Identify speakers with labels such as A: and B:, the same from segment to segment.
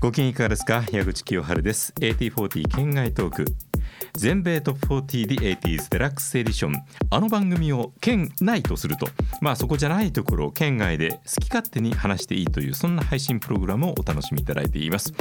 A: ご機嫌いかがですか矢口清春です AT40 県外トーク全米トップ 40The80s デラックスエディションあの番組を県内とするとまあそこじゃないところを県外で好き勝手に話していいというそんな配信プログラムをお楽しみいただいています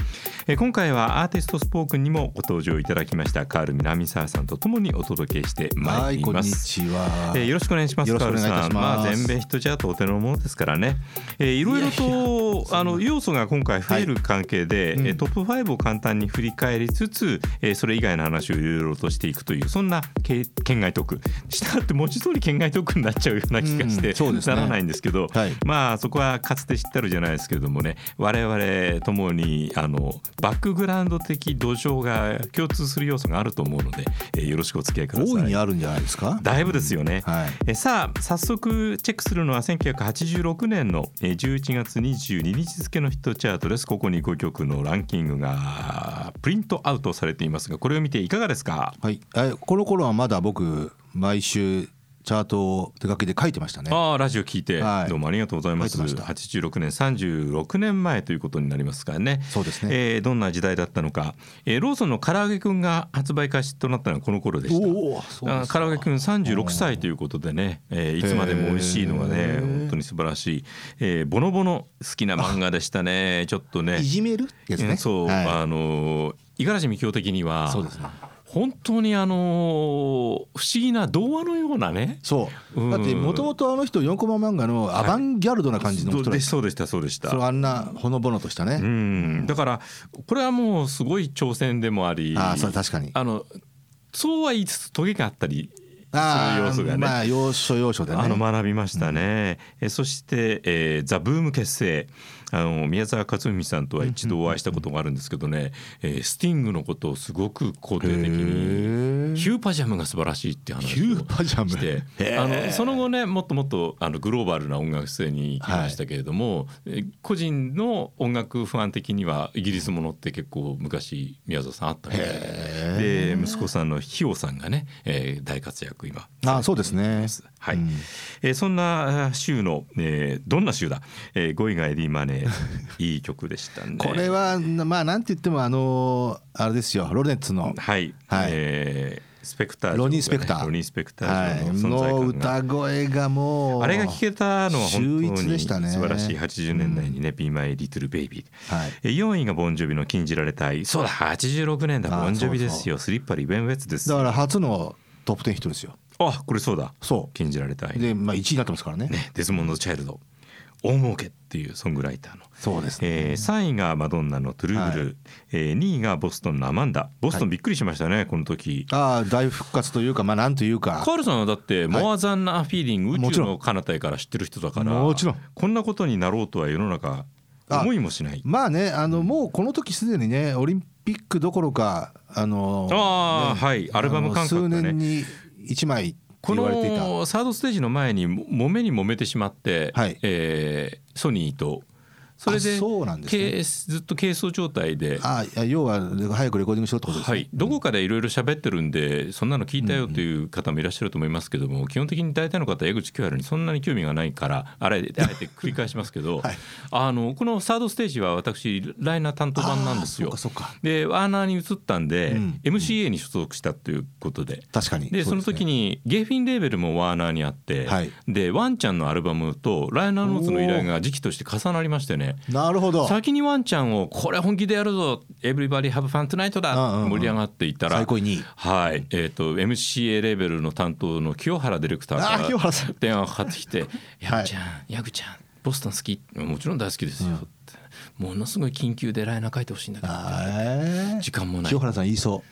A: えー今回はアーティストスポークンにもご登場いただきましたカール南沢さんとともにお届けしてま
B: はいい、
A: り
B: こん
A: ま
B: に
A: す
B: ちは。
A: えーよろしくお願いします。
B: よろしくお願いいたします
A: カールさんあ、全米ヒットチャートお手のものですからね。えーいろいろ
B: いやい
A: と
B: やそんな
A: あの要素が今回増える関係で、
B: はい
A: えー
B: うん
A: トップ5を簡単に振り返りつつ、えーそれ以外の話をいろいろとしていくというそんなけ県外トーク。したがって文字通り県外トークになっちゃうような気がして、
B: うんそうですね
A: ならないんですけど。
B: はい。
A: まあそこはかつて知ったるじゃないですけれどもね我々ともにあのバックグラウンド的土壌が共通する要素があると思うので、えーよろしくお付き合いください。
B: 大いにあるんじゃないですか。
A: だいぶですよね、
B: はい。
A: えさあ早速チェックするのは1986年のえー11月22日付のヒットチャートですここに5曲のランキングがプリントアウトされていますがこれを見ていかがですか、
B: はい。え、この頃はまだ僕毎週チャートを手掛けて書いてましたね。
A: ああラジオ聞いて、
B: はい
A: どうもありがとうございます
B: 書いてました
A: 86年36年前ということになりますからね
B: そうですね。
A: えーどんな時代だったのか、えーローソンの唐揚げくんが発売開始となったのはこの頃でした
B: おお、そうで
A: あ
B: す
A: 唐
B: か。
A: 揚げくん36歳ということでね、えーいつまでも美味しいのがね
B: へー
A: 本当に素晴らしい、えーボノボノ好きな漫画でしたねちょっとね
B: いじめるってやつ
A: う
B: ね。
A: んそう、
B: は
A: あのー五十嵐美京的に
B: い。
A: は
B: そうですね。
A: 本当にあのー不思議な童話のようなね
B: そう。
A: うん
B: だってもともとあの人4コマ漫画のアバンギャルドな感じの人
A: そう
B: だ
A: で
B: し
A: そうでしたそうでした
B: そのあんなほのぼのとした
A: う
B: ね。
A: んだからこれはもうすごい挑戦でもあり
B: ああ、そう確かに。
A: あのそうは言いつつトゲがあったりする
B: あ
A: 要素がね、
B: あ、まあ要所要所でね。
A: あの学びましたね、えそして、えーザ・ブーム結成あの宮沢克文さんとは一度お会いしたことがあるんですけどね、えースティングのことをすごく肯定的に
B: へえ
A: ヒューパジャムが素晴らしいっていう話
B: ヒュ
A: を
B: ーパジャム
A: して
B: へえ
A: あのその後ねもっともっとあのグローバルな音楽性に行きましたけれども、えー個人の音楽ファン的にはイギリスものって結構昔宮沢さんあったみたいで。
B: へ
A: で息子さんのひよさんがね、えー大活躍今
B: ああそうですね。
A: はい、
B: うん
A: えーそんなあー週の、えーどんな週だ、えー、5位がエディ・マネー いい曲でしたね。
B: これはなまあなんて言ってもあのあれですよロネッツの
A: はい、
B: はい
A: えースペクター城がね、
B: ロニースペクター
A: ロニー・スペクタ
B: は
A: ー
B: い
A: 城の存在
B: の
A: 感が、
B: 歌声がもう
A: あれが聴けたのは本当
B: 秀逸
A: に
B: で
A: 素
B: したね
A: 晴らしい80年代にね「Be My Little Baby」
B: はい
A: えー4位がボンジョビの「禁じられた愛」そうだ86年だ
B: あー
A: ボンジョビですよスリッパリベンウェッツです
B: だ
A: よ
B: から初のトップ10ヒットですよ
A: あこれそうだ
B: そ
A: 禁じられた
B: う
A: 愛、
B: でまあ1位になってますからね
A: ね、デスモンド・チャイルド大儲けっていうソングライターの
B: そうですね
A: えー、3位がマドンナの「トゥルーブルー」えー、2位がボストンの「アマンダ」ボストンびっくりしましたね、この時
B: ああ大復活というかまあなんというか
A: カールさんはだって「モア・ザン・ナ・フィーリング」
B: も
A: 宇
B: ち
A: 宙
B: ろん
A: の彼方へから知ってる人だから
B: もちろん
A: こんなことになろうとは世の中
B: あ
A: 思いもしない
B: まあねあのもうこの時すでにねオリンピックどころかあの
A: ああ、
B: ね
A: はいアルバム感
B: あ
A: 覚
B: の
A: が
B: 数年
A: ね
B: に1枚って
A: こ
B: 言われていた
A: のサードステージの前にも揉めに揉めてしまって、
B: はい
A: えーソニーとそれで
B: あそうなんですね
A: けいずっと軽装状態で
B: ああ要は早くレコーディングしろってことです
A: は
B: ね
A: い、どこかでいろいろ喋ってるんでそんなの聞いたよという方もいらっしゃると思いますけども、基本的に大体の方は江口清春にそんなに興味がないからあれあえて繰り返しますけど、
B: はい
A: あのこのサードステージは私ライナー担当版なんですよ
B: あー。そうかそうか
A: でワーナーに移ったんで、
B: うん
A: MCA に所属したということで。
B: 確かに
A: でその時
B: に
A: にゲーフィンレーベルもワーナーにあって、
B: はい
A: でワンちゃんのアルバムとライナーノーツの依頼が時期として重なりましてね
B: なるほど
A: 先にワンちゃんをこれ本気でやるぞ「エブリバディハブファントゥナイトだ」
B: うんうんうん
A: 盛り上がっていったら
B: 最高位2位
A: はいえー、と MCA レーベルの担当の清原ディレクター
B: あー清
A: か
B: 原さ
A: ら
B: ん
A: 電話がかかって きて「ヤグちゃんヤグちゃんボストン好き?」「もちろん大好きですよ」ってものすごい緊急でライナー書いてほしいんだけど
B: あ
A: 時間もない
B: 清原さん言いそ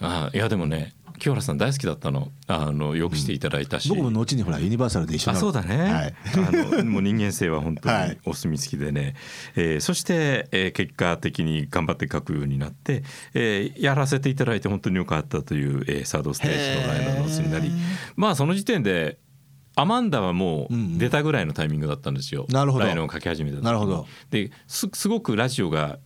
A: あーいやでもね清原さん大好きだったのあのよくしていただいた
B: う
A: し、
B: 僕も後にほらユニバーサルで一緒
A: あ
B: なの
A: そうだね、
B: はい
A: あのもう人間性は本当
B: は
A: に
B: い
A: お墨付きでね、えーそして、えー結果的に頑張って書くようになって、えーやらせていただいて本当に良かったという、えーサードステージのライナーノースにな
B: へ
A: り
B: ー
A: まあその時点でアマンダはも
B: うんう
A: うん出たぐらいのタイミングだったんですよ、
B: なるほど
A: ライナーを書き始めた時
B: なるほど
A: ですすごくラジオが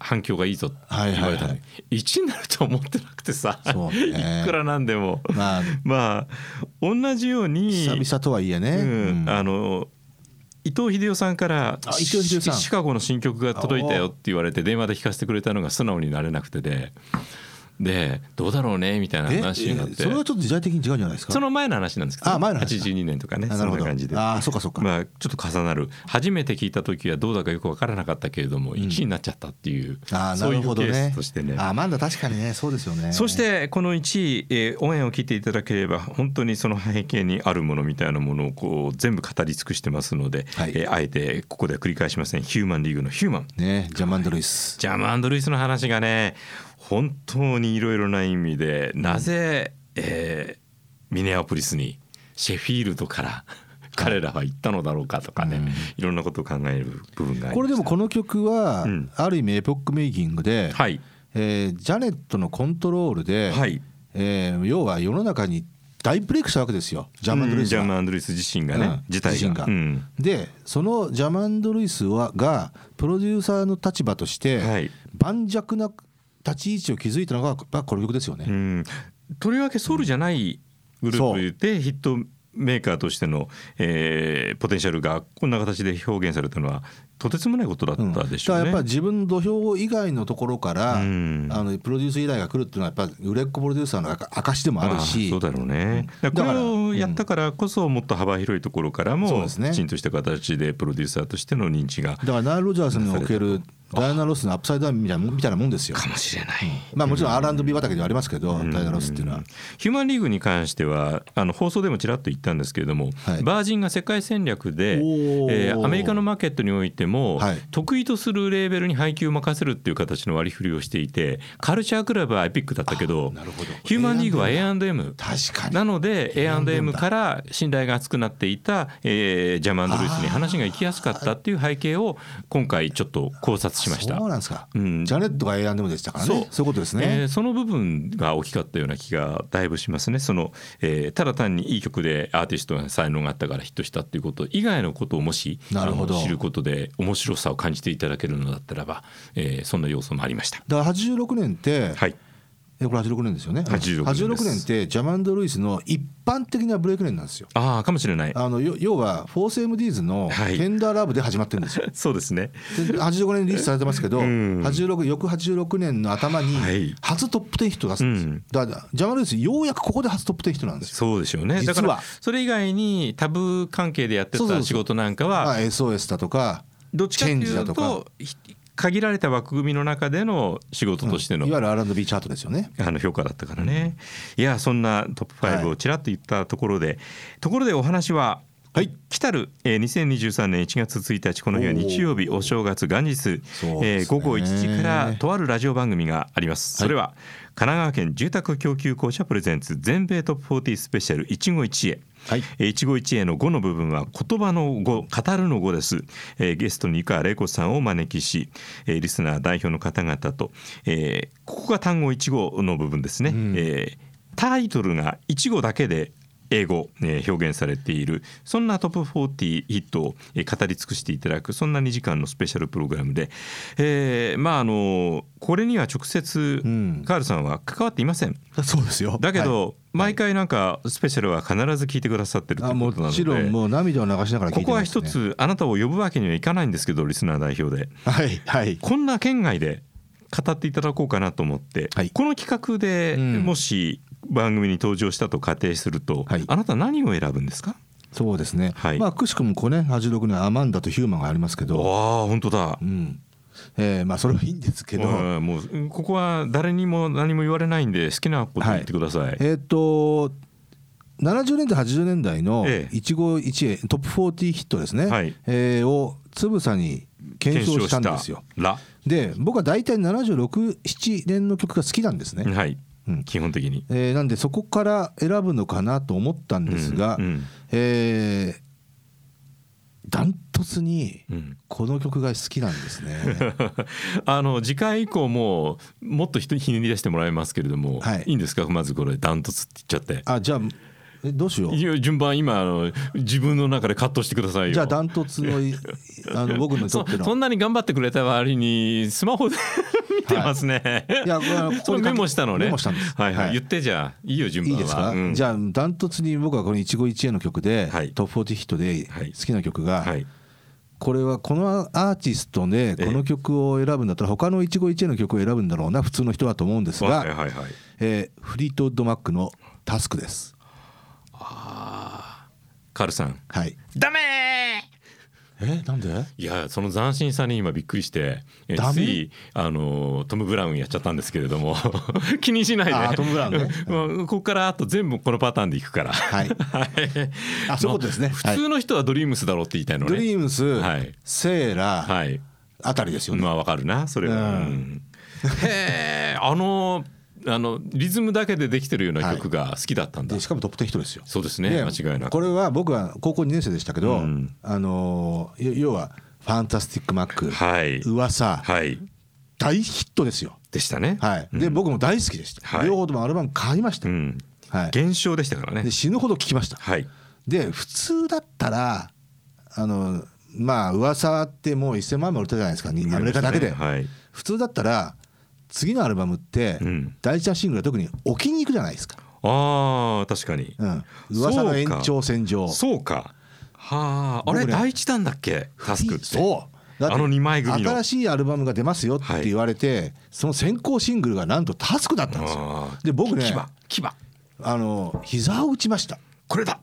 A: 反響がいいぞって言われたのに、
B: はいはいはい
A: 1になるとは思ってなくてさ、
B: そうね
A: いくらなんでも。
B: まあ
A: まあ同じように
B: 久々とはいえね、
A: うん
B: うん
A: あの伊藤英夫さんから
B: あ伊藤英夫さん
A: シシカゴの新曲が届いたよって言われて電話で聞かせてくれたのが素直になれなくてででどうだろうねみたいな
B: え
A: 話になっ
B: え
A: て
B: それはちょっと時代的に違うんじゃないですか
A: その前の話なんですけど
B: あ前の話
A: 82年とかね
B: あ
A: そんな感じで
B: ああそうかそうか、
A: まあ、ちょっと重なる初めて聞いた時はどうだかよく分からなかったけれども1位になっちゃったっていう、
B: ああ
A: そ
B: な
A: うい
B: る
A: う
B: ほ
A: ケ
B: ど
A: ー
B: ね
A: スとしてね。
B: あまだ確かにねそうですよね
A: そしてこの1位、えー、応援を聞いていただければ本当にその背景にあるものみたいなものをこう全部語り尽くしてますので、
B: はい
A: えーあえてここでは繰り返しませんヒューマンリーグのヒューマン
B: ねジャマンドルイス
A: ジャムアンドルイスの話がね本当にいろいろな意味でなぜ、えーミネアポリスにシェフィールドから 彼らは行ったのだろうかとかね、
B: うん
A: いろんなことを考える部分がありました
B: これでもこの曲は、
A: うん
B: ある意味エポックメイキングで、
A: はい、
B: えージャネットのコントロールで、
A: はい、
B: えー要は世の中に大ブレイクしたわけですよジャマンドルイス
A: ジャ
B: が。
A: ムアンドルイス自身がね、
B: うん
A: 自体が
B: 自身が
A: うん
B: でそのジャマンド・ルイスはがプロデューサーの立場として
A: はい
B: 盤石な立ち位置を築いたのがやっぱこの曲ですよね。
A: うん、とりわけソウルじゃないグループでヒットメーカーとしての、えーポテンシャルがこんな形で表現されたのはとてつもないことだ
B: うん
A: ったでしょう
B: だからや
A: ね。
B: っぱり自分の土俵以外のところから、
A: うん
B: あのプロデュース依頼が来るっていうのはやっぱり売れっ子プロデューサーの証でもあるし
A: まあそうだろうね。だからこれをやったからこそもっと幅広いところから
B: そう
A: も
B: ですね
A: きちんとした形でプロデューサーとしての認知が
B: だからナイル・ロジャースにおけるダイアナ・ロスのアップサイドダウンみたいなみたいなもんですよ。
A: かもしれない。
B: まあ、もちろん R&B 畑ではありますけど、ダイアナ・ロスっていうのは。
A: ヒューマンリーグに関してはあの放送でもちらっと言ったんですけれども、
B: はい
A: バージンが世界戦略で
B: お、ー
A: えーアメリカのマーケットにおいても、
B: はい
A: 得意とするレーベルに配給を任せるっていう形の割り振りをしていてカルチャークラブはエピックだったけど
B: なるほど
A: ヒューマンリーグは A&M
B: 確かに
A: なので
B: A&M
A: A&M から信頼が厚くなっていた、えージャマンドルイスに話が行きやすかったっていう背景を今回ちょっと考察しました。
B: そうなんですか、
A: うん
B: ジャネットが A&M でしたからね
A: そう
B: いうことです
A: え
B: ね、
A: ーその部分が大きかったような気がだいぶしますねその、えーただ単にいい曲でアーティストが才能があったからヒットしたっていうこと以外のことをもし
B: なるほど
A: あの知ることで面白さを感じていただけるのだったらば、えーそんな要素もありました。
B: だから86年って、
A: はい、
B: えこれ86年ですよね
A: 86年です
B: 86年ってジャマンド・ルイスの一般的なブレイク年なんですよ
A: ああかもしれない。
B: あのよ要はフォース MDs の
A: はい
B: 「テンダーラブ」で始まってるん ですよ、
A: そうですね
B: で85年リリースされてますけど、
A: ん
B: 86翌86年の頭に
A: はい
B: 初トップ10ヒット出すんですよ、
A: うん
B: だからジャマンド・ルイスようやくここで初トップ10ヒットなんですよ
A: そうでしょうねだか
B: 実
A: ら
B: は
A: それ以外にタブー関係でやって
B: そうそうそ
A: た
B: う
A: 仕事なんかは
B: まあ、SOS だとか
A: どっちかって
B: チェ
A: い
B: ン
A: う
B: ジだ
A: と
B: とか
A: ひ限られた枠組みの中での仕事としての
B: いわゆる R&B チャートですよね
A: あの評価だったからね、いやそんなトップ
B: はい
A: 5をちらっと言ったところで、ところでお話は、
B: はい
A: 来たる、えー、2023年1月1日この日は日曜日お正月元日、
B: そう
A: え
B: で
A: ー
B: すね
A: 午後1時からとあるラジオ番組がありますそれは、神奈川県住宅供給公社プレゼンツ全米トップ40スペシャル一期一会
B: はい
A: えー一期一会の語の部分は言葉の語語るの語です、えーゲストに湯川玲子さんをお招きし、えーリスナー代表の方々と、えーここが単語一語の部分ですね、
B: ん
A: えータイトルが一語だけで英語、えー表現されているそんなトップ40ヒットを、えー語り尽くしていただくそんな2時間のスペシャルプログラムで、えーまああのこれには直接、
B: うん
A: カールさんは関わっていません
B: そうですよ
A: だけど、毎回なんかスペシャルは必ず聞いてくださってると
B: あ
A: いう
B: も
A: ことなので
B: ちろんもう涙を流しながら聞
A: こ
B: いて
A: こは
B: ます、
A: 一
B: ね、
A: つあなたを呼ぶわけにはいかないんですけどリスナー代表で
B: はいはい
A: こんな県外で語っていただこうかなと思って、
B: はい
A: この企画で
B: うん
A: もし番組に登場したと仮定すると、
B: はい
A: あなた何を選ぶんですか
B: そうですね、
A: はい
B: まあくしくもこれね86年アマンダとヒューマンがありますけ
A: ああ
B: ど、
A: 本当だ
B: う、んえーまあそれはいいんですけど、
A: うんもううんここは誰にも何も言われないんで好きなこと言ってください、
B: えーっと70年代80年代の
A: ええ
B: 一期一会トップ40ヒットですね、
A: はい
B: えーをつぶさに検証したんですよ
A: 検証し
B: で僕は大体767年の曲が好きなんですね、
A: たらはい、
B: うん
A: 基本的に
B: えーなんでそこから選ぶのかなと思ったんですが、
A: うんうん
B: えーダントツに
A: うん
B: この曲が好きなんで すね。
A: あの次回以降ももっと人にひねり出してもらいますけれども、
B: はい
A: い、いんですかまずこれダントツって言っちゃって
B: あじゃあえどうしよう
A: いや順番今あの自分の中でカットしてくださいよ
B: じゃあダントツ のいあの僕にと
A: そ
B: っての。
A: そんなに頑張ってくれた割にスマホで見てますね、
B: いやこれはここ
A: その
B: に書
A: メ
B: き
A: モしたのね
B: メモしたんです
A: はいはい
B: はい
A: 言ってじゃあいいよ順
B: い
A: 番は
B: いですか、
A: うん
B: じゃあダントツに僕はこの「一期一会」の曲で、
A: はい
B: トップ40ヒットで
A: はい
B: 好きな曲が、
A: はい
B: これはこのアーティストで
A: ええ
B: この曲を選ぶんだったら他の一期一会の曲を選ぶんだろうな普通の人はと思うんですが、
A: はいはいはい
B: えーフリートウッドマックの「タスク」です。
A: カルさん
B: はい、
A: ダメー
B: えなんで
A: いやその斬新さに今びっくりしてえ
B: ダメ
A: ついあのトム・ブラウンやっちゃったんですけれども 気にしないで
B: あートムブラウンね
A: うんここからあと全部このパターンでいくから
B: はい、
A: はい
B: あそういうことですね。
A: 普通の人はドリームスだろうって言いたいの
B: ド
A: ね
B: リームス、
A: はい
B: セーラ、
A: はい
B: あたりですよね。
A: まあわかるなそれは、
B: うん
A: うんへえあのあのリズムだけでできてるような曲が好きだったんだ、
B: でしかもトップ10人ですよ。
A: そうですね
B: で
A: 間違いなく
B: これは僕は高校2年生でしたけど、
A: うん
B: あのー要要は「ファンタスティック・マック」
A: はい
B: 噂、
A: はい
B: 大ヒットですよ。
A: でしたね
B: はい、
A: うん
B: で、僕も大好きでした、
A: はい
B: 両方ともアルバム買いました、
A: うん、
B: はい、
A: 現象でしたからね
B: で死ぬほど聴きました
A: はい
B: で普通だったらあのまあ噂ってもう1,000万枚売れたじゃないですかにアメリカだけで、
A: はい
B: 普通だったら次のアルバムって
A: うん
B: 第一弾シングルは特に置きに行くじゃないですか、
A: ああ確かに、
B: うん、噂の延長線上
A: そうかはああれ
B: 僕ね
A: 第一弾だっけタスクって
B: そうだって
A: あの二枚組の
B: 新しいアルバムが出ますよって言われて、その先行シングルがなんとタスクだったんですよ
A: あー
B: で僕ね
A: 牙牙
B: あの膝を打ちました
A: これだ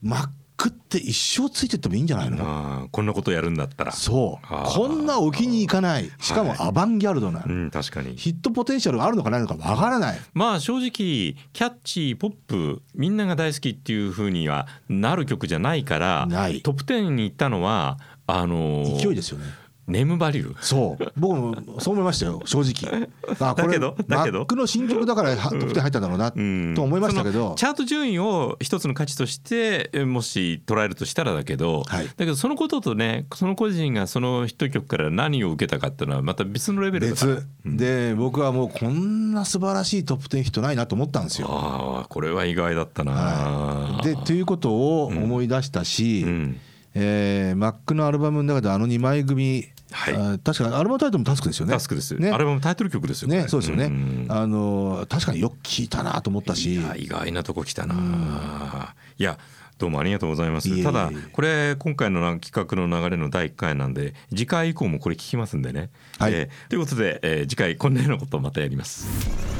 B: マックって一生ついてってもいいんじゃないの
A: あーこんなことやるんだったら
B: そう
A: あー
B: こんな置きに行かないしかもアバンギャルドな、
A: うん確かに
B: ヒットポテンシャルがあるのかないのかわからない
A: まあ正直キャッチーポップみんなが大好きっていうふうにはなる曲じゃないから
B: ない
A: トップ10に行ったのはあのー
B: 勢いですよね
A: ネームバリュー
B: そう僕もそう思いましたよ正直あ
A: だけどだけど
B: マックの新曲だからはトップ10入ったんだろうな
A: うん
B: と思いましたけ
A: そ
B: ど
A: のチャート順位を一つの価値としてえもし捉えるとしたらだけど、
B: はい
A: だけどそのこととねその個人がその一曲から何を受けたかっていうのはまた別のレベルだから
B: 別で僕はもうこんな素晴らしいトップ10ヒットないなと思ったんですよ。
A: ああこれは意外だったな、
B: はい、でということを思い出したし、
A: うん
B: えー、マックのアルバムの中であの2枚組、
A: はい
B: あ確かアルバムタイトルもタスクですよね。
A: タスクです、
B: ね
A: アルバムタイトル曲ですよこ
B: ね
A: れ
B: そうですよね、
A: ん
B: あの確かによく聞いたなと思ったし
A: いや意外なとこ来たな。いやどうもありがとうございま
B: いえい
A: す。
B: え
A: ただこれ今回のな企画の流れの第1回なんで次回以降もこれ聞きますんでね。
B: はい
A: えーということで、えー次回こんなようなことをまたやります。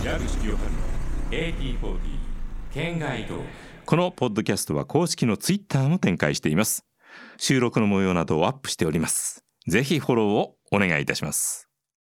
A: 矢口清春の AT40 県外とこのポッドキャストは公式のツイッターも展開しています。収録の模様などをアップしております。ぜひフォローをお願いいたします。